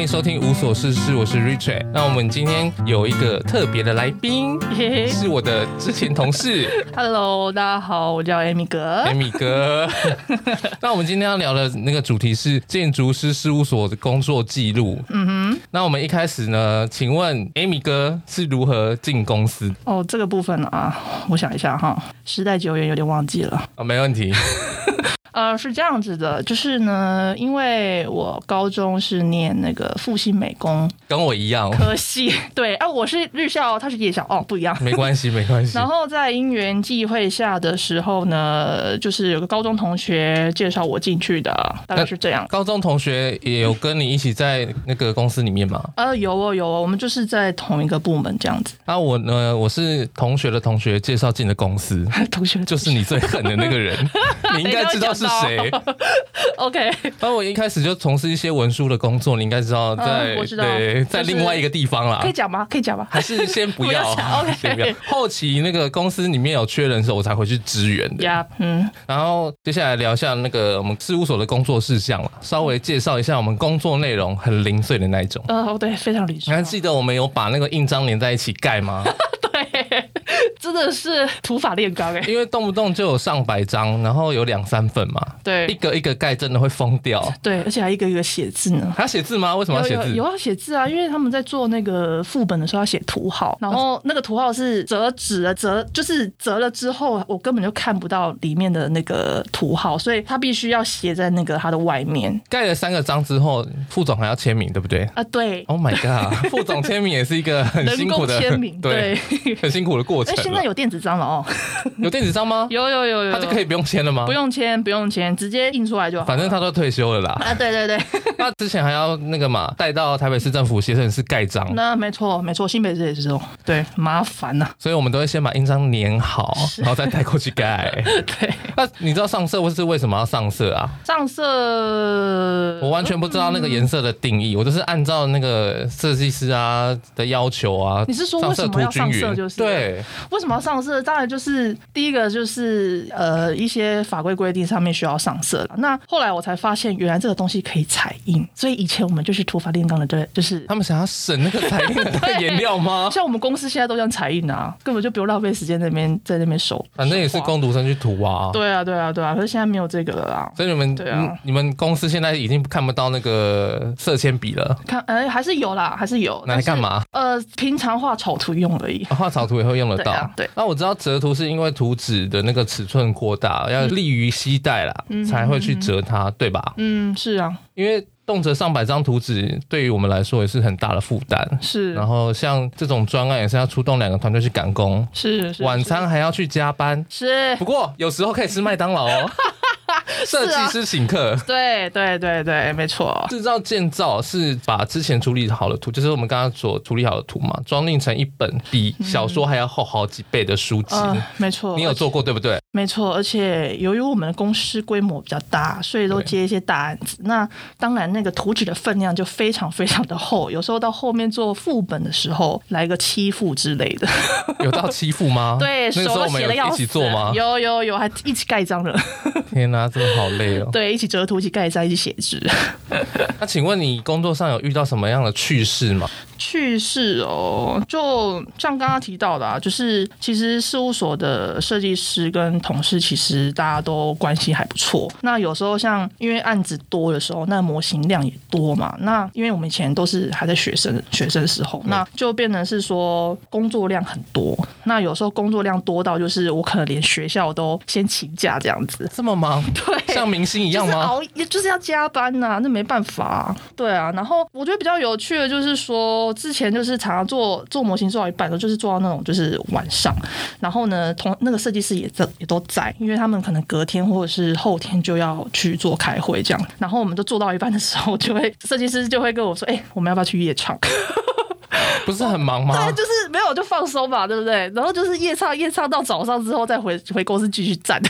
迎收听无所事事，我是 Richard。那我们今天有一个特别的来宾，嘿嘿是我的之前同 事 Hello，大家好，我叫 Amy 哥。 Amy 哥。那我们今天要聊的那个主题是建筑师事务所的工作记录。嗯哼。那我们一开始呢，请问 Amy 哥是如何进公司 的？哦，这个部分啊，我想一下哈，时代久远，有点忘记了。啊、没问题。呃，是这样子的，就是呢，因为我高中是念那个复兴美工跟我一 样，科系， 对啊，我是日校，他是夜校，哦，不一样。没关系，没关系。然后在因缘际会下的时候呢，就是有个高中同学介绍我进去的，大概是这样。高中同学也有跟你一起在那个公司里面吗？呃，有哦，有哦，我们就是在同一个部门这样子。 啊，我呢，我是同学的同学介绍进的公司，同学就是你最狠的那个 人，你应该知道是谁。 ，OK，然后我一开始就从事一些文书的工作，你应该知道在、嗯我知道对，在就是另外一个地方啦可以。讲吗？可以讲 吗？还是先不要 不要 讲，OK 先不要。后期那个公司里面有缺人的时候，我才回去支援的。呀，嗯，然后接下来聊一下那个我们事务所的工作事项嘛，稍微介绍一下我们工作内容，很零碎的那一种。呃，哦，对，非常理智你，还记得我们有把那个印章连在一起盖 吗？对， 真的是土法炼钢哎，因为动不动就有上百张，然后有两三份嘛，一对个一个盖真的会疯掉。对，而且还一个一个写字呢。还要写字吗？为什么要有写有字有？要写字啊，因为他们在做那个副本的时候要写图号，嗯然后那个图号是折纸了，折就是折了之后，我根本就看不到里面的那个图号，所以他必须要写在那个它的外面盖了三个章之后，副总还要签名，对不对啊。对， ？Oh my god，副总签名也是一个很人辛苦工的，签名，对。很辛苦的过 哎程，了。啊现在有电子章了哦， 有电子章吗？有有有有，他就可以不用签了吗？不，用签，不用签，直接印出来就好。反正他都退休了 啦。啊，对对对，他之前还要那个嘛，带到台北市政府写成是盖章，那没错没错，新北市也是这种，哦对，麻烦 呐、所以我们都会先把印章粘好，然后再带过去 盖。对，那你知道上色是为什么要上色啊？上色我完全不知道那个颜色的定义，我就是按照那个设计师啊的要求啊。你是说上为什色么涂要均上色？匀，就是对，为什么要上色？当然就是第一个就是呃一些法规规定上面需要上色了。那后来我才发现，原来这个东西可以彩印，所以以前我们就是土法炼钢的，对，就是 他们想要省那个材料那个颜料吗？像我们公司现在都这样彩印啊，根本就不用浪费时间在那边在那边手，反正也是手画。工读生去涂啊。对啊，对啊，对啊，可是现在没有这个了啦。所以你们对啊嗯你们公司现在已经看不到那个色铅笔了，看，哎、还是有啦，还是有。拿来干但是？嘛？啊呃，平常画草图用而已。画草图也会用得对到啊。对那我知道折图是因为图纸的那个尺寸扩大，要利于携带啦，才会去折它，对吧？嗯，是啊，因为动辄上百张图纸，对于我们来说也是很大的负担。是然后像这种专案也是要出动两个团队去赶工，是是晚餐还要去加班。是不，过有时候可以吃麦当劳 哦，设计师请客。对对对对，没错，制造建造是把之前处理好的图，就是我们刚刚所处理好的图嘛，装订成一本比小说还要厚好几倍的书籍。嗯、没错，你有做过对不 对？没错，而且由于我们的公司规模比较大，所以都对接一些大案子。那当然，那个图纸的分量就非常非常的厚，有时候到后面做副本的时候，来个七副之类 的。？有到欺负吗对，那个时手候都我们写有的要一死。啊起做吗？有有有，还一起盖章了。天哪、真的好累哦。 对，一起折图，一起盖章，一起写字。那请问你工作上有遇到什么样的趣事吗？趣事哦，就像刚刚提到的啊，就是其实事务所的设计师跟同事，其实大家都关系还不错。那有时候像因为案子多的时候，那模型量也多嘛。那因为我们以前都是还在学生学生时候，那就变成是说工作量很多。那有时候工作量多到就是我可能连学校都先请假这样子。这么忙， 对，像明星一样就是吗？熬夜就是要加班呐、那没办法、啊。对啊，然后我觉得比较有趣的就是说，之前就是常常做做模型做到一半的时候，就是做到那种就是晚上，然后呢，同那个设计师也在也都在，因为他们可能隔天或者是后天就要去做开会这样，然后我们就做到一半的时候，就会设计师就会跟我说：“哎、我们要不要去夜唱？”不是很忙吗？对， 就是没有就放松嘛，对不对？然后就是夜唱，夜唱到早上之后再回回公司继续站。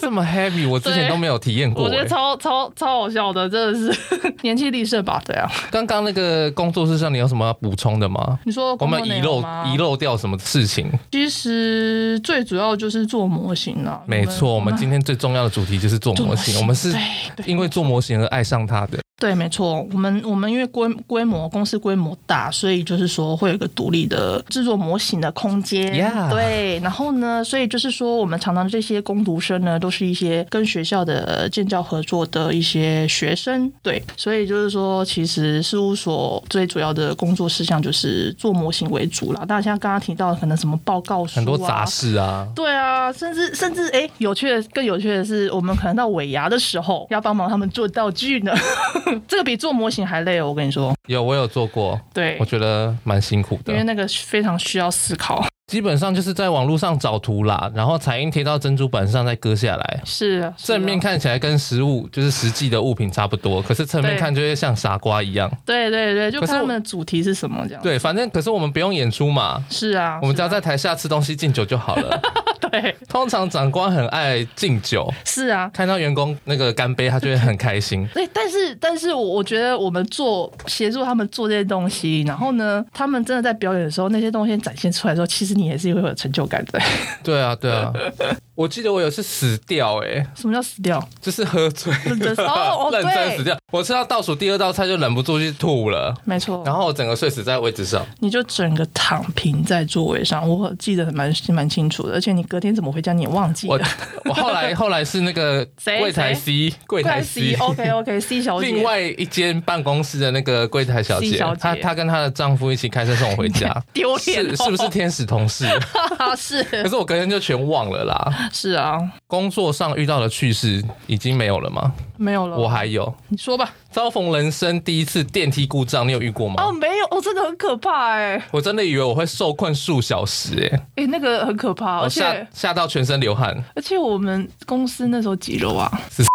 这么 heavy，我之前都没有体验过、我觉得欸。超超超好笑的，真的是 年轻力盛吧？对啊。刚刚那个工作室上，你有什么要补充的吗？你说我工作们内遗容漏吗遗漏掉什么事情？其实最主要就是做模型啊啦。 没错，我们今天最重要的主题就是做模型。我们是对对因为做模型而爱上它的。对，没错，我们我们因为规规模公司规模大，所以就是说会有一个独立的制作模型的空间。 Yeah 对，然后呢，所以就是说我们常常这些工读生呢，都是一些跟学校的建教合作的一些学生。对，所以就是说，其实事务所最主要的工作事项就是做模型为主啦。大家刚刚提到可能什么报告书、啊、很多杂事啊，对啊，甚至甚至哎、有趣的更有趣的是，我们可能到尾牙的时候要帮忙他们做道具呢， 这个比做模型还累哦，我跟你说。有我有做过，对我，觉得蛮辛苦因为的。那个非常需要思考。基本上就是在网络上找图啦，然后彩印贴到珍珠板上再割下来。是啊是啊正面看起来跟实物就是实际的物品差不多，可是侧面对看就会像傻瓜一样。对对对，就可是看他我们的主题是什么这样。，对，反正可是我们不用演出嘛，是啊，我们只是要啊在台下吃东西敬酒就好了。 对，通常长官很爱敬酒，是啊。看到员工那个干杯，他就会很开心。对，但是但是我我觉得我们做协助他们做这些东西，然后呢，他们真的在表演的时候，那些东西展现出来的时候，其实你也是会有成就感的。 对啊，对啊。 我记得我有一次死掉、欸，哎，什么叫死掉？就是喝醉，真的哦哦 认真对死掉。我吃到倒数第二道菜就忍不住去吐了，没错，然后我整个睡死在位置上。你就整个躺平在座位上，我记得蛮蛮清楚的，而且你隔天怎么回家你也忘记我 了。我后来后来是那个谁柜台 C 柜台 C。 OK OK C 哦小姐，另 外一间办公室的那个柜台小 C 姐，小姐她她跟她的丈夫一起开车送我回家， 丢脸哦是是不是天使同 事？可啊是是我隔天就全忘了啦。是啊，工作上遇到的趣事已经没有了吗？没有了。我还有，你说吧。遭逢人生第一次电梯故障，你有遇过吗？哦，没有哦，这个很可怕哎、欸，我真的以为我会受困数小时、欸，哎、那个很可怕，我而吓且吓到全身流汗。而且我们公司那时候几楼啊？是是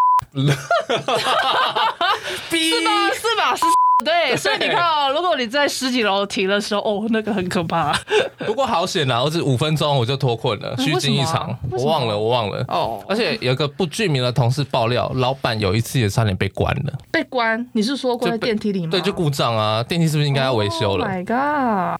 吧？是 吧？是。对，所以你看哦，如果你在十几楼停的时候，哦，那个很可怕 不过好险啊啦，我只五分钟我就脱困了，嗯虚惊一场。为什么啊为我什么忘了，我忘了。哦。而且有个不具名的同事爆料，老板有一次也差点被关了，被关，你是说关在就被电梯里吗？对，就故障啊，电梯是不是应该要维修了？ Oh 哎、 my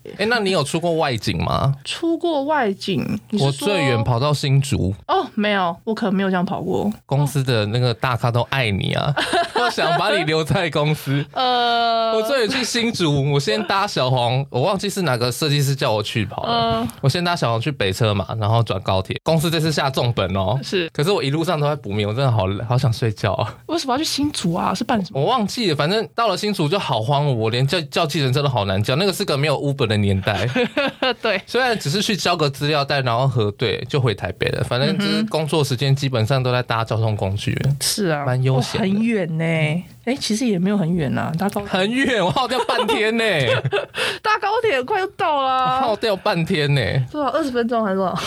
god！那你有出过外景吗？出过外景，你是我说最远跑到新竹，哦，没有，我可能没有这样跑过。公司的那个大咖都爱你啊， 都想把你留在公司。呃，我最远去新 竹，我先搭小黄，我忘记是哪个设计师叫我去跑了。呃我先搭小黄去北车嘛，然后转高铁。公司这次下重本哦，是可是我一路上都在补眠，我真的好累好想睡觉、啊。为什么要去新竹啊？是办什么？我忘记了，反正到了新竹就好荒芜，我连叫叫计程车都好难叫。那个是个没有 Uber 的年 代，哦对，虽然只是去交个资料袋，然后核对就回台北了。反正就是工作时间基本上都在搭交通工具，是啊，蛮悠闲的哇嗯很远呢、哎、其实也没有很远啊，搭高很远，我耗掉半 天呢、搭高铁快就到啦、耗掉半天呢、多少？二十分钟还是多少？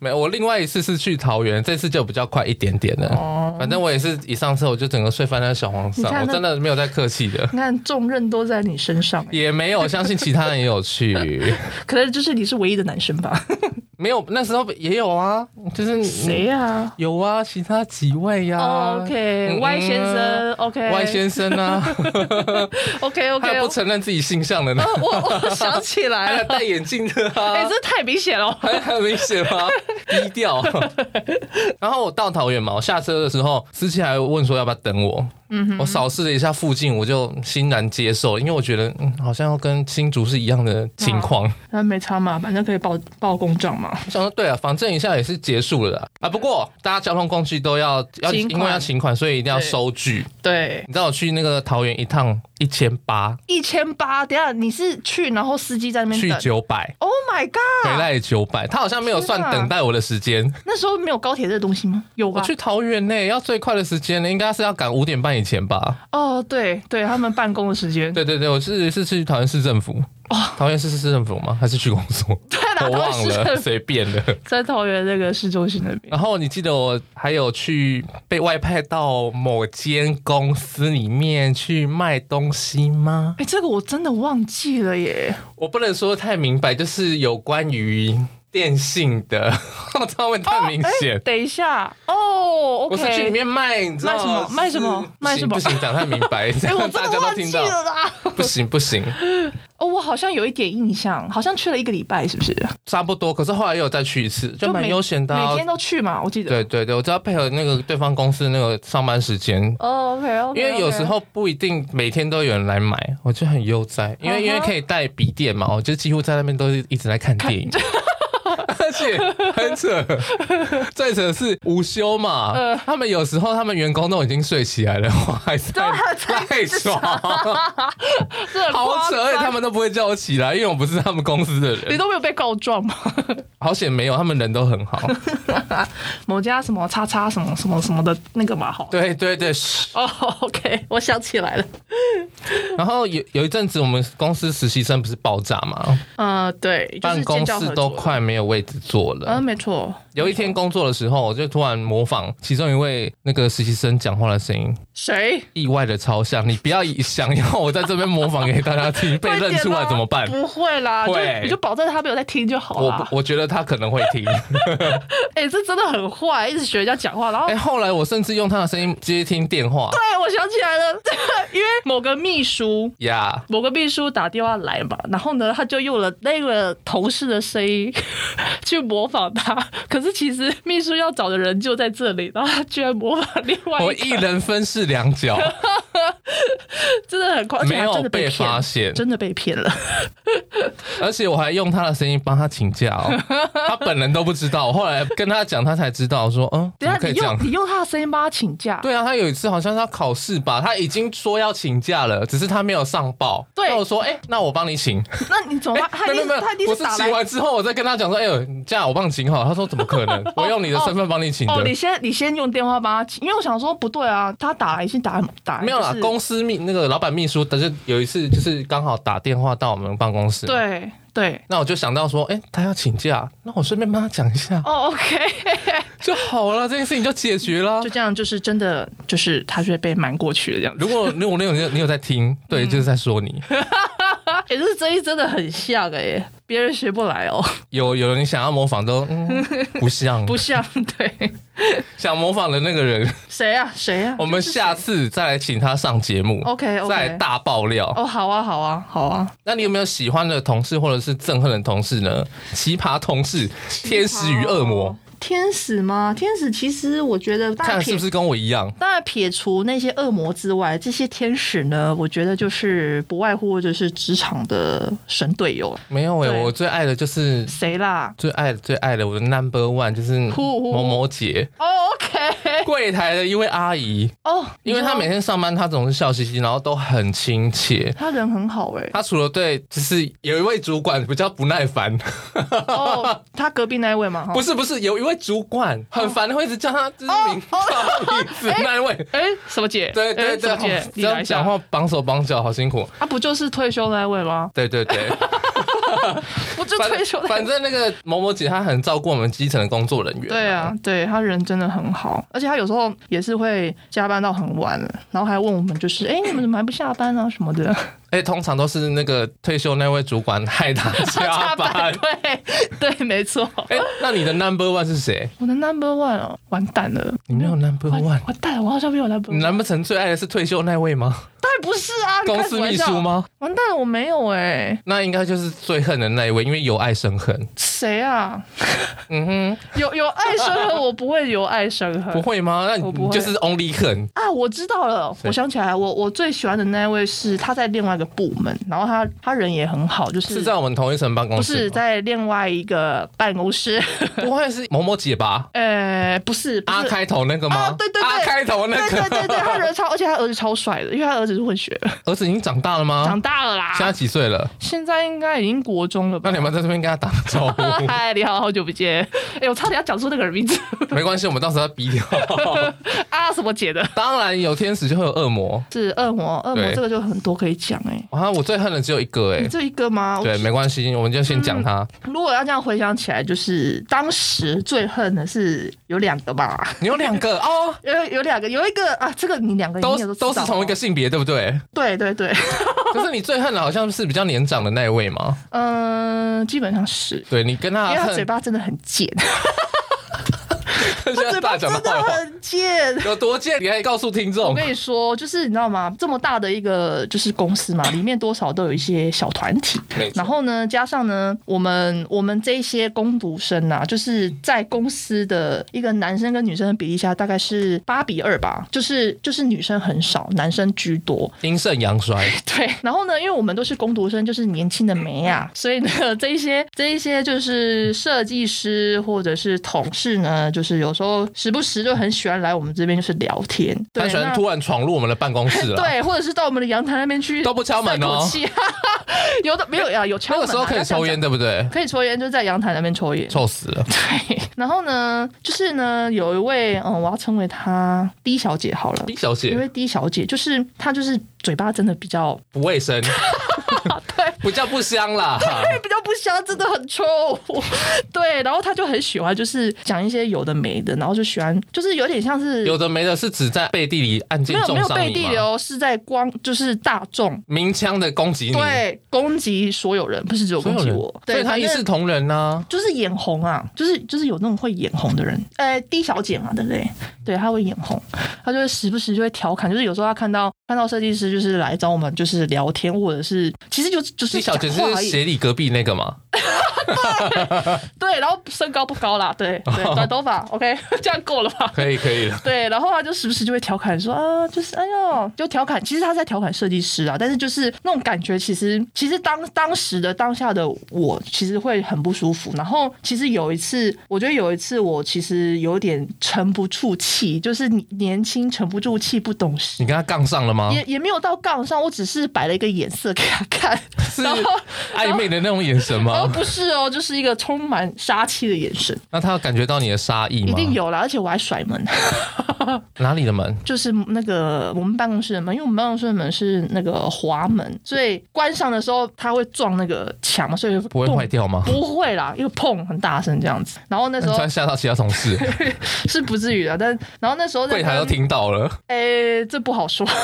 没，我另外一次是去桃园，这次就比较快一点点了。哦反正我也是一上车我就整个睡翻在小黄你上，看我那真的没有在客气的， 你看重任都在你身上、欸，也没有我相信其他人也有 去，可能就是你是唯一的男生吧？嗯没有那时候也有啊，就是谁呀、有啊，其他几位呀、 o k 哦 y 先生，OK，啊嗯 Y 先生 啊， ，OK 他 OK，有不承认自己性向的呢，我我想起 还来有了，戴眼镜的哦哎、啊，这太明显了，还很明显吗？ 低调。然后我到桃园嘛，我下车的时候，司机还问说要不要等我。嗯我扫视了一下附近，我就欣然接受，因为我觉得嗯，好像要跟新竹是一样的情况。那没差嘛，反正可以报报公账嘛。 我想说，对啊，反正一下也是结束了啦。啊，不过大家交通工具都要要，请因款为要请款，所以一定要对收据。对，你知道我去那个桃园一趟一千八，一千八，等一下你是去，然后司机在那边去等。九百， Oh my 回 god！来也九百，他好像没有算天啊等待我的时间。那时候没有高铁这个东西吗？有我吧？去桃园呢、要最快的时间呢，应该是要赶五点半以前吧？哦，对对，他们办公的时 间。对对对，我是是去桃园市政府。 桃园市是市政府吗？还是区公所？哦 哪我忘桃园市了，政府随便 的。在桃园那个市中心那边。然后你记得我还有去被外派到某间公司里面去卖东西吗？哎、这个我真的忘记了耶。我不能说太明白，就是有关于电信的， 这会不会太明显。哎等一下，哦我是去里，OK。面卖，你知道吗卖就是什么卖什么卖什么不行，不行讲太明白，这 哎、我样真 大的家都忘听记到。了啦！不行不行，哦，我好像有一点印象，好像去了一个礼拜，是不是？差不多。可是后来又有再去一次，就蛮每悠闲的、啊每。天都去嘛，我记得。对对对，我只要配合那个对方公司那个上班时间，哦，OK，OK，OK、o k 因为有时候不一定每天都有人来买，我就很悠哉，因为因为可以带笔电嘛，我就几乎在那边都是一直在嗯看电影。 而且很扯，最扯的是午休嘛，他们有时候他们员工都已经睡起来了，我还是在赖床， 好扯，而且他们都不会叫我起来，因为我不是他们公司的你人。都没有被告状吗？好险没有，他们人都很 好。某家什么叉叉什么什么什么的那个嘛，好。对对对，嘘哦，OK，我想起来了。然后有有一阵子我们公司实习生不是爆炸 嘛，呃，对，就是办公建交室合都作快没有位置坐了。嗯，没错，有一天工作的时候，我就突然模仿其中一位那个实习生讲话的声音，谁意外的超像。你不要以想要我在这边模仿给大家 听，被快认点出来啦怎么办？不会啦，就会你就保证他没有在听就好我了。不我觉得他可能会 听。哎、这真的很坏，一直学人家讲话，然后。哎、后来我甚至用他的声音接听电话。 对，我想起来了， 因为某个秘书，呀某个秘书打电话来嘛，然后呢，他就用了那个同事的声音 去模仿他，可是其实秘书要找的人就在这里，然后他居然模仿另外我一个，一人分饰两 角，真的很夸张，没有真的被被骗发现，真的被骗了，而且我还用他的声音帮他请假 哦，他本人都不知道。我后来跟他讲，他才知道说，嗯，怎等么可以一下啊你这样用？你用他的声音帮他请假，对啊，他有一次好像是要考试吧，他已经说要请假了，只是他没有上报。对那我说，哎、那我帮你请。哎那你怎么办？他一没有定没是有他一，定我是是打请来。完之后，我再跟他讲说，哎、呦，你假我帮你请好。他说怎么可能？我用你的身份帮你请的。哦，你先你先用电话帮他请，因为我想说不对啊，他打来是打打来没有啦就，是公司秘那个老板秘书，但是有一次就是刚好打电话到我们办公室，，对对那我就想到说，哎、他要请假，那我顺便帮他讲一下哦，OK，就好了，这件事情就解决了就。这样，就是真的，就是他就会被瞒过去的这样子。如果如果你有你有你有在听，对，嗯就是在说你。啊也、是这一真的很像哎、别人学不来哦，有有人想要模仿都、嗯、不像， 不像对想模仿的那个 人，谁啊谁啊我们下次再来请他上节目。哦，OK 再来 OK，大爆料。哦，好啊好啊好啊，那你有没有喜欢的同事或者是憎恨的同事呢？奇葩同事、天使与恶魔，天使吗？天使其实我觉得大看撇是不是跟我一样？当然，撇除那些恶魔之外，这些天使呢，我觉得就是不外乎就是职场的神队友。没有诶、对我最爱的就是谁啦？最爱最爱的我的 number one 就是呼呼某某姐，哦、o k 柜台的一位阿姨，哦、因为她每天上班，她总是笑嘻嘻，然后都很亲切。他人很好 哎、她除了对，就是有一位主管比较不耐烦，哦、他隔壁那一位嘛，哈不，是不是，有一位主管很烦，会一直叫她就是名 叫名字那位。哦哎、什么姐？对哎对什对，么哦姐，这你来样一下讲。话绑手绑脚，好辛苦。他、啊不就是退休那一位吗？对对 对，不就反退休那一反位？正那个某某姐她很照顾我们基层的工作人员。对啊，对他人真的很好，而且他有时候也是会加班到很晚，然后还问我们就是，哎、你们怎么还不下班啊什么的。哎，通常都是那个退休那位主管害她 加班。对对，没错。哎，那你的 number one 是谁？我的 number one 哦，完蛋了，你没有 number 完 one，完蛋了，我好像没有 number 你 one，难不成最爱的是退休那位吗？当然不是啊，你公开什司么玩秘笑书？吗？完蛋了，我没有哎、那应该就是最恨的那一位，因为由爱生恨。谁啊？嗯有有爱生恨，我不会有爱生 哼，不恨。会吗？那你我不会就是 only 恨。啊，我知道了，谁我想起来，我我最喜欢的那位是他在另外一个部门，然后他他人也很好，就是是在我们同一层办公不室是吗在另外一个办公室， 不会是某某姐吧？呃，不是，不阿是，开头那个吗？哦对对对阿开头那对对个。对对，他人超，而且他儿子超帅的，因为他儿子是混血，儿子已经长大了吗？长大了啦，啊现在几岁了？现在应该已经国中了吧那？你们在这边跟他打个招 呼，嗨，你好，好久不见。 哎、我差点要讲出那个人名字 没关系，我们到时候要逼掉。啊，什么姐的？当然有天使就会有恶魔，是恶魔，恶魔对这个就很多可以讲哎、啊，我最恨的只有一个哎、你这一个吗？对，没关系，我们就先讲他。如果要这样回想起来，就是当时最恨的是有两个吧， 你有两个哦，有有两个，有一个啊，这个你两个都哎你也知道啊都是同一个，性别，对不 对？对对对，就是你最恨的好像是比较年长的那一位嘛。嗯、基本上是，对你跟因他 为他啊恨嘴，巴真的很贱，现在大讲真的坏话，哦很贱。有多贱？你还告诉听众我？跟你说，就是你知道吗？这么大的一个就是公司嘛，里面多少都有一些小团体没错。然后呢，加上呢，我们我们这一些工读生啊，就是在公司的一个男生跟女生的比例下，大概是八比二吧，就是就是女生很少，男生居 多。阴盛阳衰，对，然后呢，因为我们都是工读生，就是年轻的梅啊，所以呢， 这一些这一些就是设计师或者是同事呢，就是有时候时不时就很喜欢来我们这边就是聊天，对他喜欢那突然闯入我们的办公室了。对，或者是到我们的阳台那边去都不敲门哦散口气啊 有的没有呀，有敲那门啊、个时候可以抽烟，的，对不对？可以抽烟，就在阳台那边抽烟。臭死 了！对，然后呢，就是呢，有一位，嗯，我要称为她 D 小姐好了。 B 小因姐为 D 小姐就是她，就是嘴巴真的比较不卫生， 对，不叫不香啦。比较不香，真的很臭。 对，然后她就很喜欢，就是讲一些有的没的，然后就喜欢，就是有点像是有的没的是指在背地里暗箭没有重没有伤背你地哦吗？流，是在光就是大众鸣枪的攻击你，对，攻击所有人，不是只有嗯所攻有击人我，，所对，以他反一视正同仁呐。就是眼红啊，就是就是有那种会眼红的人，呃，D 小姐嘛，对不对？对，她会眼红，她就会时不时就会调侃，就是有时候她看到看到设计师就是来找我们就是聊天，或者是其实就就 B 是小姐讲话是而已协理隔壁那个 嘛？对，然后身高不高啦，对对，短头发，OK，这 样够了吧？可以可以了，对，然后他就时不时就会调侃说啊，就是哎呦，就调侃。其实他在调侃设计师啊，但是就是那种感觉，其实嗯其实当当时的当下的我，其实会很不舒服。然后其实有一次，我觉得有一次我其实有点沉不住气，就是年轻沉不住气，不懂事。你跟他杠上了吗？也也没有到杠上，我只是摆了一个眼色给他看，是然后暧昧的那种眼神然后吗？不是哦，就是一个充满杀气的眼神，那他有感觉到你的杀意吗？一定有啦，而且我还甩门。哪里的门？就是那个我们办公室的门，因为我们办公室的门是那个滑门，所以关上的时候它会撞那个墙嘛，所以不会坏掉 吗？不会啦，一个砰很大声这样子。然后那 时突候然吓到其他同 事，是不至于的，但然后那时候在柜台都跟，听到了。诶、这不好说。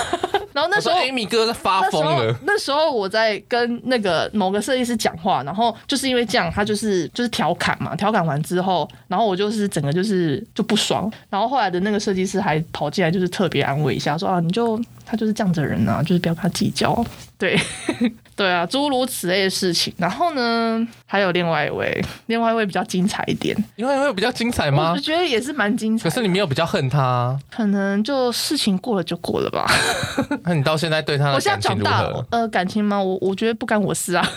然后那我时说哎候 Amy 哥在发那时疯候了，那时候我在跟那个某个设计师讲话，然后就是因为这样，他就是就是调侃嘛，调侃完之后，然后我就是整个就是就不爽，然后后来的那个设计师还跑进来，就是特别安慰一下，说啊，你就他就是这样子的人啊，就是不要跟他计较，对。 对啊，诸如此类的事情。然后呢，还有另外一位，另外一位比较精彩一点，因为会比较精彩我吗就？觉得也是蛮精彩可的。是你没有比较恨他啊，可能就事情过了就过了吧。那你到现在对他我的现在感情长如大何了？，呃，感情吗？我我觉得不干我事啊。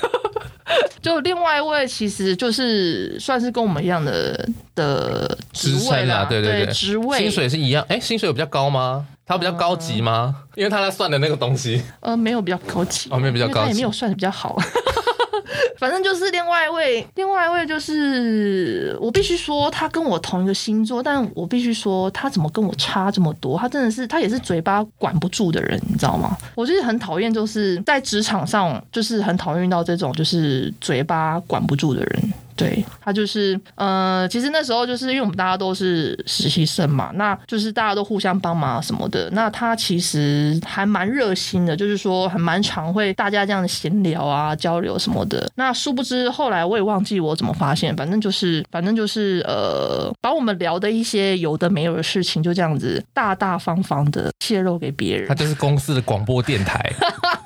就另外一位，其实就是算是跟我们一样的的职职位称啦，啊对对对职位薪水是一样？哎，薪水有比较高吗？他比较高级吗？因为他在算的那个东 西，呃没有比较高级，哦没有比较因为他高也级没有算的比较好。 反正就是另外一位，另外一位就是我必须说，他跟我同一个星座，但我必须说他怎么跟我差这么多？他真的是他也是嘴巴管不住的人，你知道吗？我就是很讨厌，就是在职场上，就是很讨厌遇到这种就是嘴巴管不住的人。对他就是，呃，其实那时候就是因为我们大家都是实习生嘛，那就是大家都互相帮忙什么的。那他其实还蛮热心的，就是说还蛮常会大家这样闲聊啊、交流什么的。那殊不知后来我也忘记我怎么发现，反正就是反正就是呃，把我们聊的一些有的没有的事情就这样子大大方方的泄露给别人他。就是公司的广播电台，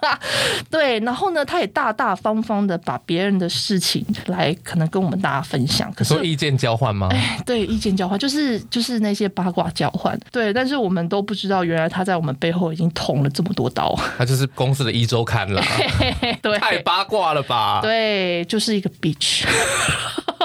对，然后呢，他也大大方方的把别人的事情来可能跟我们大家分享。可是说意见交换 吗？对意见交换，就是就是那些八卦交换，对，但是我们都不知道，原来他在我们背后已经捅了这么多刀，他就是公司的一周刊啦， 对太八卦了吧？对，就是一个 bitch，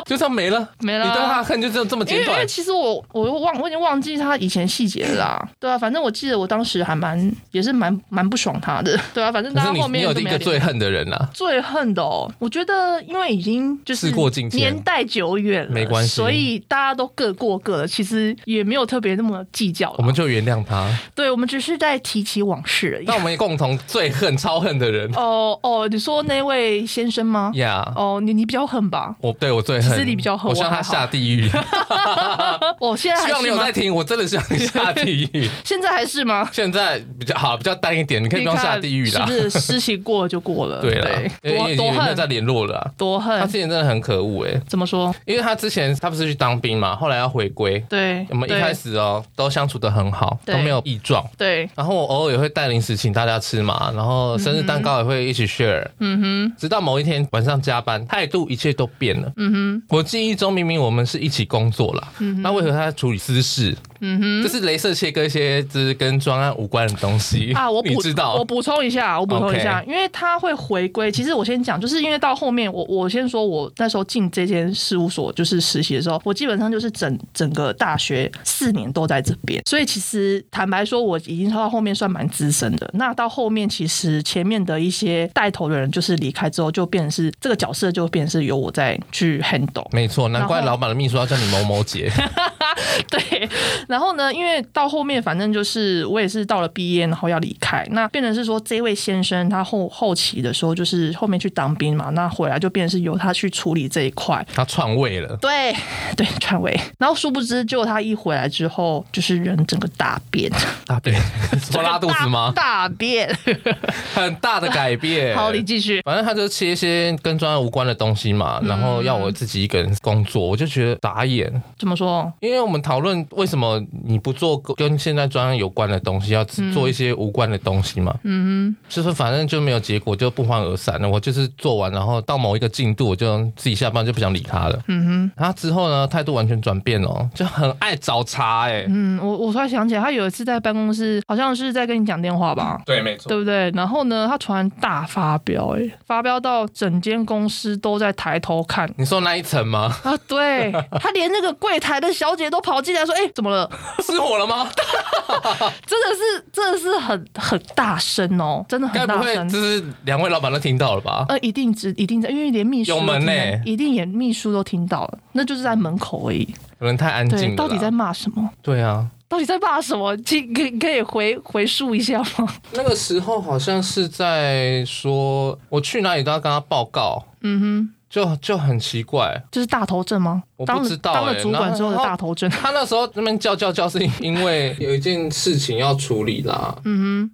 就这样没了，没了你对他的恨就这样这么因为简因为短，其实我我又忘我已经忘记他以前细节了啦，对啊，反正我记得我当时还蛮也是蛮蛮不爽他的，对啊，反正可大是家你后你面有都一没个有最恨的人啊啦，最恨的哦，我觉得因为已经就是事过境迁年代久远了，没关系所以大家都各过各的，其实也没有特别那么计较啦。我们就原谅他。对，我们只是在提起往事而已那。我们也共同最恨超恨的人哦哦，你说那位先生吗？呀。 哦，你你比较狠吧？我对我最其实恨你比较恨啊 我希望我他还好下地狱。我哦现在还 希望你是有吗在？听，我真的希望你下地 狱。现在还是吗？现在比较好，比较淡一点，你可以不用下地狱是啦不。是事情过了就过了？对啦，因为嗯多因为多也没有再恨嗯联络了啊。多他恨之，前真的很可恶哎、怎么说？因为他之前他不是去当兵嘛，后来要回归，对，我们一对开始哦都相处的很好，对都没有异状。对，然后我偶尔也会带零食请大家吃嘛，然后生日蛋糕也会一起 share。嗯直到某一天晚上加班，态度一切都变了。嗯哼，我记忆中明明我们是一起工作啦，嗯那为何他处理私事？嗯哼，就是镭射切割一些就是跟专案无关的东西哼，啊，我你补知道我补充一下，我补充一下 OK 因为他会回归。其实我先讲，就是因为到后面，我我先说，我那时候进这间事务所就是实习的时候，我基本上就是整整个大学四年都在这边，所以其实坦白说，我已经到后面算蛮资深的。那到后面，其实前面的一些带头的人就是离开之后，就变成是这个角色就变成是由我在去 handle。没错，难怪然后老板的秘书要叫你某某 姐。对，然后呢，因为到后面反正就是我也是到了毕业，然后要离开，那变成是说这位先生他后后期的时候，就是后面去当兵嘛，那回来就变成是由他去处理这一块。他篡位了。对 对，篡位。然后殊不知，结果他一回来之后，就是人整个大变，大 便，拖拉肚子吗？ 大变。很大的改变。 好，你继续。反正他就切一些跟专案无关的东西嘛，然后要我自己一个人工作，我就觉得傻眼。怎么说？因为我们讨论为什么你不做跟现在专案有关的东西，要只做一些无关的东西嘛？嗯哼，就是反正就没有结果，就不欢而散了。我就是做完，然后到某一个进度，我就自己下班就不想理他了。嗯哼，他之后呢，态度完全转变哦，就很爱找茬哎、嗯，我我突然想起来，他有一次在办公室，好像是在跟你讲电话吧？对，没错。对不对？然后呢，他突然大发飙、欸，发飙到整间公司都在抬头看你说那一层 吗？啊！对他连那个柜台的小姐都跑进来说：“哎、怎么了失火了吗？？”真的是，真的是很很大声哦，真的该很不大会声就。是两位老板都听到了吧？呃，一定只一定在，因为连秘书有都门听到欸一定连秘书都听到了，那就是在门口而已。可能太安静对，了。到底在？骂什么？对啊，到底在骂什么？请可以可以回回述一下吗？那个时候好像是在说，我去哪里都要跟他报告，嗯就就很奇怪。哼，就是大头症吗？我不当了知道当了欸主然管后之后的然后大头症。他那时候那边叫叫叫，是因为有一件事情要处理啦。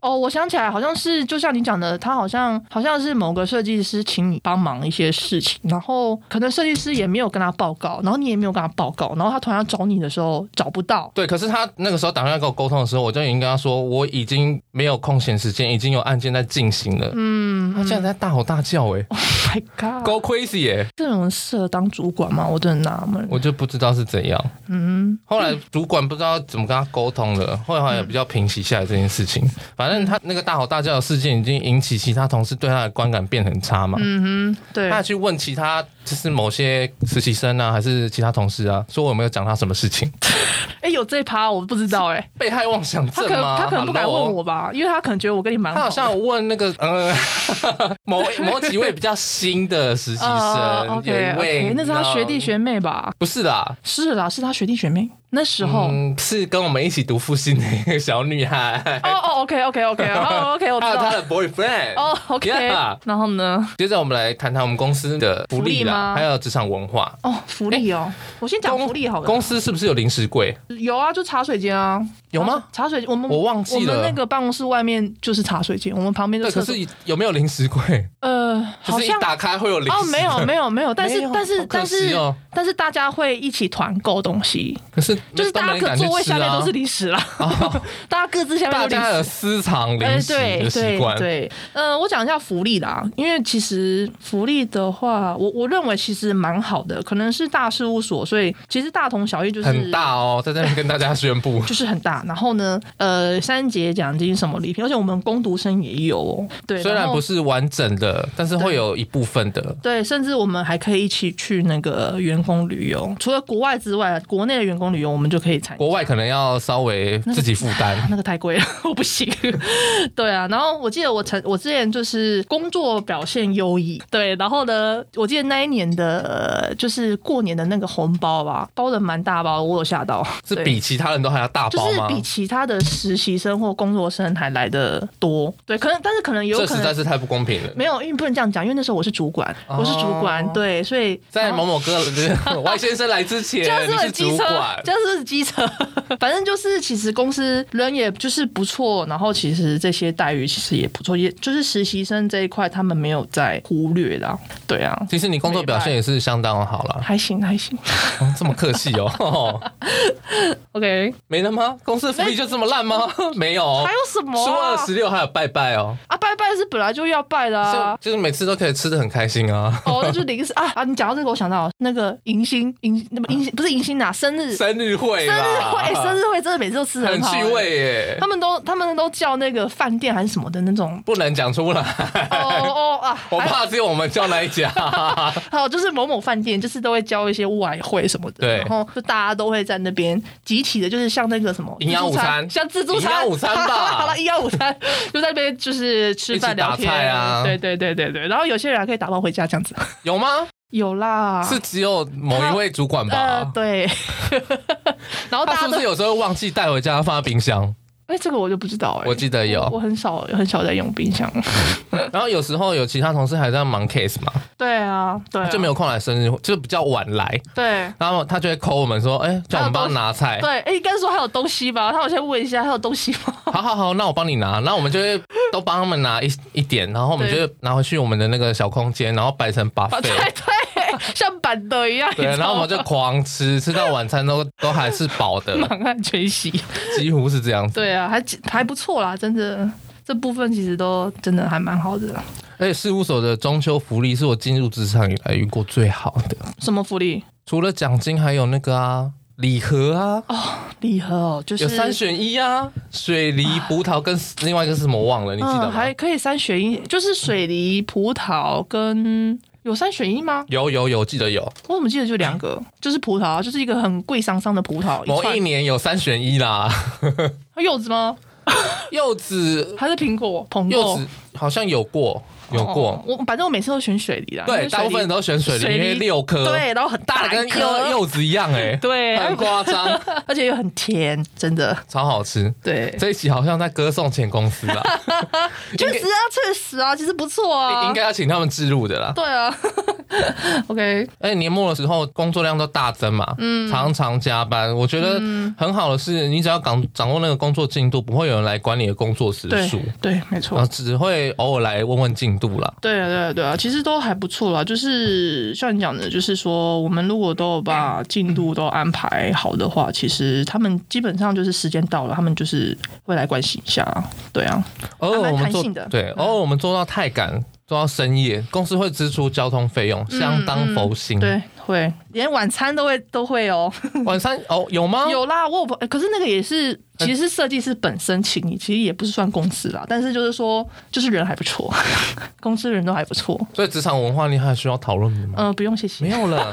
哦，我想起来，好像是就像你讲的，他好像好像是某个设计师请你帮忙一些事情，然后可能设计师也没有跟他报告，然后你也没有跟他报告，然后他突然要找你的时候找不到。对，可是他那个时候打算要跟我沟通的时候，我就已经跟他说，我已经没有空闲时间，已经有案件在进行了。嗯他竟然在大吼大叫、欸，哎 Oh ，My God， ，Go crazy 哎、这种人适合当主管吗？我真的纳闷。我就不知道是怎样。嗯， 后来主管不知道怎么跟他沟通了，后来好像也比较平息下来这件事情。反正他那个大吼大叫的事件已经引起其他同事对他的观感变很差嘛。嗯哼，对他，还去问其他就是某些实习生啊，还是其他同事啊，说我有没有讲他什么事情？哎，有这一趴我不知道哎、被害妄想他症可能吗？他可能不敢问 Hello 我吧，因为他可能觉得我跟你蛮他好的像有问那个呃 某某几位比较新的实习啊生， ，OK 有一位 OK，那是他学弟，你知道学妹吧？不是啦，是啦，是他学弟学妹。那时候，嗯，是跟我们一起读复兴的一个小女孩。哦哦，OK OK OK，哦 OK，我 知还有道她。啊的 boyfriend 哦，OK、 Yeah 然后呢？接着我们来谈谈我们公司的福利福利啦，吗还有职场文化。哦，福利哦，我先讲福利好了。哎公司是不是有零食柜？有啊，就茶水间啊，有吗？茶水间，我们我忘记了我们那个办公室外面就是茶水间，我们旁边就对，厕可所。是有没有零食柜？呃，就好是一像打开会有零食。哦，没有没有没有，但是没有但是好可但惜是哦但是大家会一起团购东西，可是就是都大没家人可敢去座位下面吃啊哦都是零食啦， 大家各自下面大都是零家食有。私藏哎，零食的习惯。对对对，呃，我讲一下福利啦，因为其实福利的话，我我认为其实蛮好的，可能是大事务所，所以其实大同小异，就是，很大哦，在这边跟大家宣布 就是很大。然后呢，呃，三节奖金什么礼品，而且我们攻读生也有哦。对，虽然后不是完整的，但是会有一部分的。对，甚至我们还可以一起去那个员工旅游，除了国外之外，国内的员工旅游我们就可以参加。国外可能要稍微自己负担。那个太贵了，我不行。对啊，然后我记得我曾我之前就是工作表现优异，对，然后呢，我记得那一年的呃就是过年的那个红包吧，包的蛮大包，我有吓到，是 对比其他人都还要大就包是吗？比其他的实习生或工作生还来的多。对，可能但是可能也有这可实在能是太不公平了。没有，因为不能这样讲，因为那时候我是主管，我是主管哦，对，所以在然后某某哥 Y 先生来之前， 就是你很是机主车管，，就是机车。反正就是，其实公司人也就是不错，然后其实这些待遇其实也不错，也就是实习生这一块他们没有在忽略的啊，对啊，其实你工作表现也是相当好 了，还行还行。哦这么客气哦。 OK，没了吗？公司福利就这么烂吗？ 没有 哦还，有什么初啊二十六还有拜拜哦，啊？拜拜是本来就要拜的啊就。就是每次都可以吃的很开心啊。哦，那就零食啊啊！你讲到这个，我想到那个迎新迎那么迎不是迎新啊，生日生生日会日啦，会、哎生日会真的每次都吃得很好、趣味耶，他，们都他们都叫那个饭店还是什么的那种 不能讲出 来，哦哦哦啊！我还怕只有我们叫那一家。 还有就是某某饭店，就是都会教一些外汇什么的，对然后就大家都会在那边集体的，就是像那个什么营养午餐自助像自助餐、营养午餐吧 好了，营养午餐就在那边就是吃一饭起打聊天菜啊对对对对对。然后有些人还可以打包回家这样子， 有吗？有啦，是只有某一位主管啊呃吧？对， 然后他大是家不都是有时候忘记带回家放在冰箱？哎、这个我就不知道哎、我记得我我有。很少很少在用冰箱，然后有时候有其他同事还在忙 case 嘛，对啊对啊，就没有空来生日，会，就比较晚来。对。然后他就会 call 我们说：“哎，叫我们帮他拿菜。对，哎、应该说还有东西吧？他好像问一下，还有东西吗？ 好好好，那我帮你拿。然后我们就会都帮他们拿一一点，然后我们就对会拿回去我们的那个小空间，然后摆成啊， 对 buffet。对，像板的一样。对，你知然后道我吗们就狂吃，吃到晚餐都都还是饱的，满汉全席。几乎是这样 子。对啊，还还不错啦，真的。这部分其实都真的还蛮好的。而且事务所的中秋福利是我进入职场以来遇过最好的，什么福利？除了奖金，还有那个啊礼盒啊，礼盒哦，就是啊有三选一啊，水梨、葡萄跟另外一个是什么忘了，你记得嗯，吗还？可以三选一，就是水梨、葡萄跟有三选一吗？有有有，记得有。我怎么记得就两个，就是葡萄，啊就是一个很贵桑桑的葡萄，某一串年有三选一 啦，柚子吗？柚子还是苹果？苹果柚子好像有过有过，哦我反正我每次都选水梨啦，因对，为大水部梨分人都选水梨，水因梨为六颗，对，然后很大大的跟颗柚柚子一样哎、对，很夸张，而且又很甜，真的超好吃。对。这一期好像在歌颂前公司啦， 确实啊，确实啊，其实不错啊，应该要请他们置入的啦。对啊。OK， 而且年末的时候工作量都大增嘛，嗯常常加班。我觉得很好的是，你只要掌掌握那个工作进度，不会有人来管你的工作时对数，对，没然后错。只会偶尔来问问进度啦。对啊，对啊，对啊，其实都还不错啦。就是像你讲的，就是说，我们如果都有把进度都安排好的话，其实他们基本上就是时间到了，他们就是会来关心一下啊。对啊，偶尔我们蛮弹做性的嗯对，偶尔我们做到太赶，做到深夜，公司会支出交通费用，相当佛心。嗯对，会连晚餐都会都会哦。晚餐哦有吗？有啦，我有朋，可是那个也是，其实是设计师本身请你，其实也不是算公司啦，但是就是说，就是人还不错， 公司人都还不错。所以职场文化你还需要讨论的吗？嗯、不用谢谢没。有 了。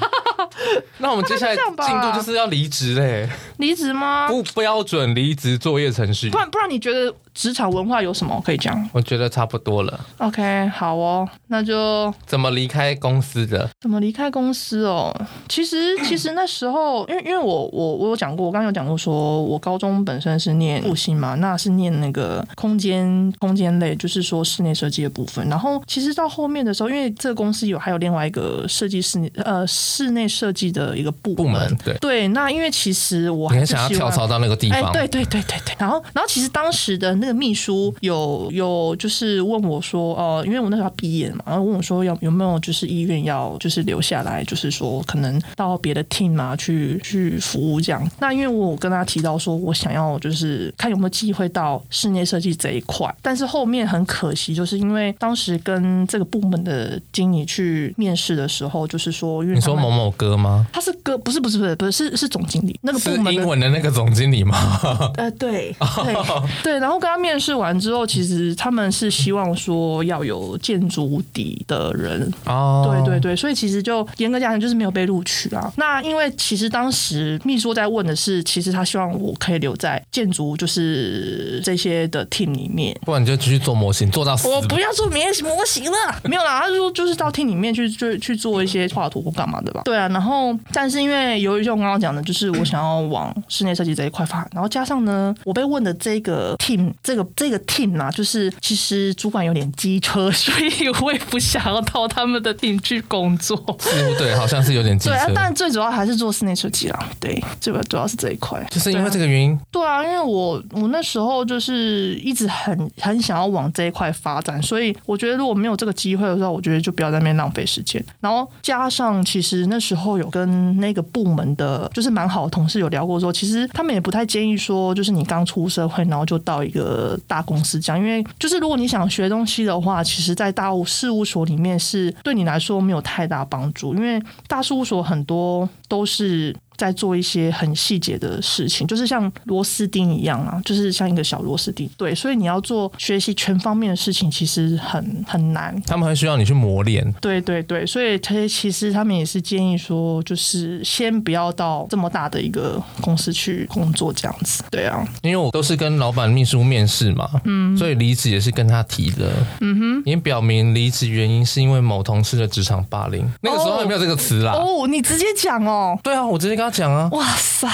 那我们接下来大概是这进样吧度就是要离职嘞，离职吗？不标准离职作业程序不。然不然，你觉得职场文化有什么可以讲我觉得差不多了， ？OK，好哦，那就怎么离开公司的？怎么离开公司哦？其实其实那时候，因为因为我我我有讲过，我刚刚有讲过说我高中本身是念复兴嘛，那是念那个空间空间类，就是说室内设计的部分。然后其实到后面的时候，因为这个公司有还有另外一个设计室内呃室内设计的一个部部门对嗯对，那因为其实我你还很是想要希望跳槽到那个地哎，方，对对对对对。然后，然后其实当时的那个秘书有有就是问我说，哦，因为我那时候要毕业嘛，然后问我说要有没有就是意愿要就是留下来，就是说可能到别的 team 啊去去服务这样。那因为我有跟他提到说我想要就是看有没有机会到室内设计这一块，但是后面很可惜，就是因为当时跟这个部门的经理去面试的时候，就是说因为你他说们某某哥吗？他是哥，不是不是不是不是是是总经理那个部是门的英文的那个总经理吗？呃，对，对，对。然后跟他面试完之后，其实他们是希望说要有建筑底的人，哦，对对对，所以其实就严格讲，就是没有被录取啦。那因为其实当时秘书在问的是，其实他希望我可以留在建筑，就是这些的 team 里面。不然你就继续做模型，做到死。我不要做明什么模型了， 没有啦，他就就是到厅里面去就去做一些画图或干嘛的吧。对啊，然后但是因为由于就我刚刚讲的，就是我想要往往室内设计这一块发展。然后加上呢，我被问的这个 team，这个这个 team 啊，就是其实主管有点机车，所以我也不想要到他们的 team 去工作。似乎对，好像是有点机对啊车，，但最主要还是做室内设计啦。对，这个主要是这一块，就是因为对啊这个原因，对啊，因为我我那时候就是一直很很想要往这一块发展，所以我觉得如果没有这个机会的话，我觉得就不要在那边浪费时间。然后加上其实那时候有跟那个部门的，就是蛮好的同事有聊过说，其实他们也不太建议说，就是你刚出社会然后就到一个大公司这样，因为就是如果你想学东西的话，其实在大务事务所里面是对你来说没有太大帮助，因为大事务所很多都是在做一些很细节的事情，就是像螺丝钉一样啊，就是像一个小螺丝钉。对，所以你要做学习全方面的事情，其实很很难。他们很需要你去磨练。对对对，所以他其实他们也是建议说，就是先不要到这么大的一个公司去工作这样子。对啊，因为我都是跟老板秘书面试嘛，嗯，所以离职也是跟他提的，嗯哼，也表明离职原因是因为某同事的职场霸凌，那个时候还没有这个词啦。哦，你直接讲哦，对啊，我直接跟他讲啊，哇塞，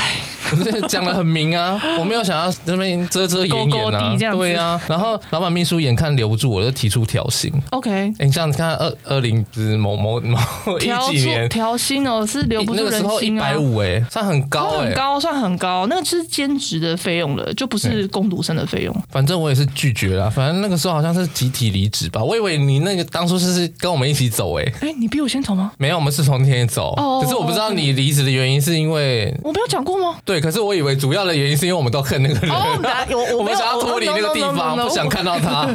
我直接讲的很明 啊，我没有想要那边遮遮掩勾勾掩啊地这样，子对啊。然后老板秘书眼看留不住我，就提出调薪。 OK，哎，你像你看二二零某某某调一几年，调薪哦，是留不那住个时人候一心啊。百五哎，算很高那哎、很高，算很高，那个就是兼职的费用了，就不是工读生的费用。反正我也是拒绝了，反正那个时候好像是集体离职吧。我以为你那个当初是是跟我们一起走哎、哎、你比我先走吗？没有，我们是从天天走。哦可是我不知道你离职的原因是因为我没有讲过吗？对，可是我以为主要的原因是因为我们都恨那 个人。哦，哪有我 我们没有哦想要脱离那个地方，不想，看到他。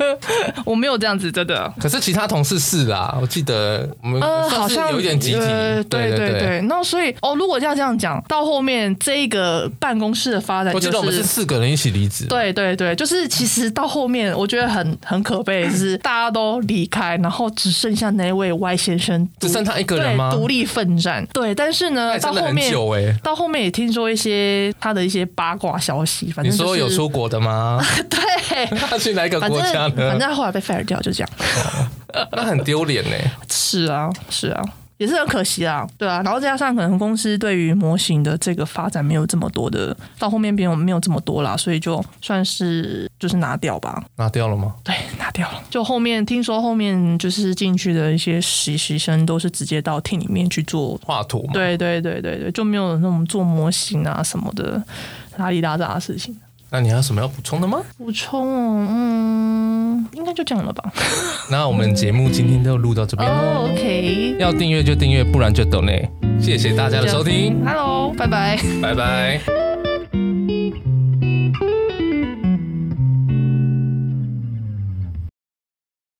我我没有这样子，真的。可是其他同事是啦，我记得我 们呃，算好是像有一点集体呃，，对对对对。对。那所以哦，如果要这样讲，到后面这一个办公室的发展，我就记得我们是四个人一起离职， 对对对，就是其实到后面，我觉得很 很可悲，就是大家都离开，然后只剩下那位 Y 先生独，只剩他一个人对吗？独立奋战。对，但是那呢，也到真的后很面久哎。到后面也听说一些他的一些八卦消息，反你正、就是、说有出国的吗？ 对，他去哪一个反国正家反呢？正他后来被 fire 掉，就这样。那很丢脸欸呢。是啊，是啊，也是很可惜啊，对啊。然后再加上可能公司对于模型的这个发展没有这么多的，到后面边我们没有这么多啦，所以就算是就是拿掉吧。拿掉了吗？对，拿掉了。就后面听说后面就是进去的一些实习生都是直接到 team 里面去做画图吗？对对对对对，就没有那种做模型啊什么的拉里拉杂的事情。那你还有什么要补充的吗？补充哦，嗯，应该就这样了吧。那我们节目今天就录到这边喽。哦、o k 要订阅就订阅，不然就抖内。谢谢大家的收听， h e l l o 拜拜。拜拜。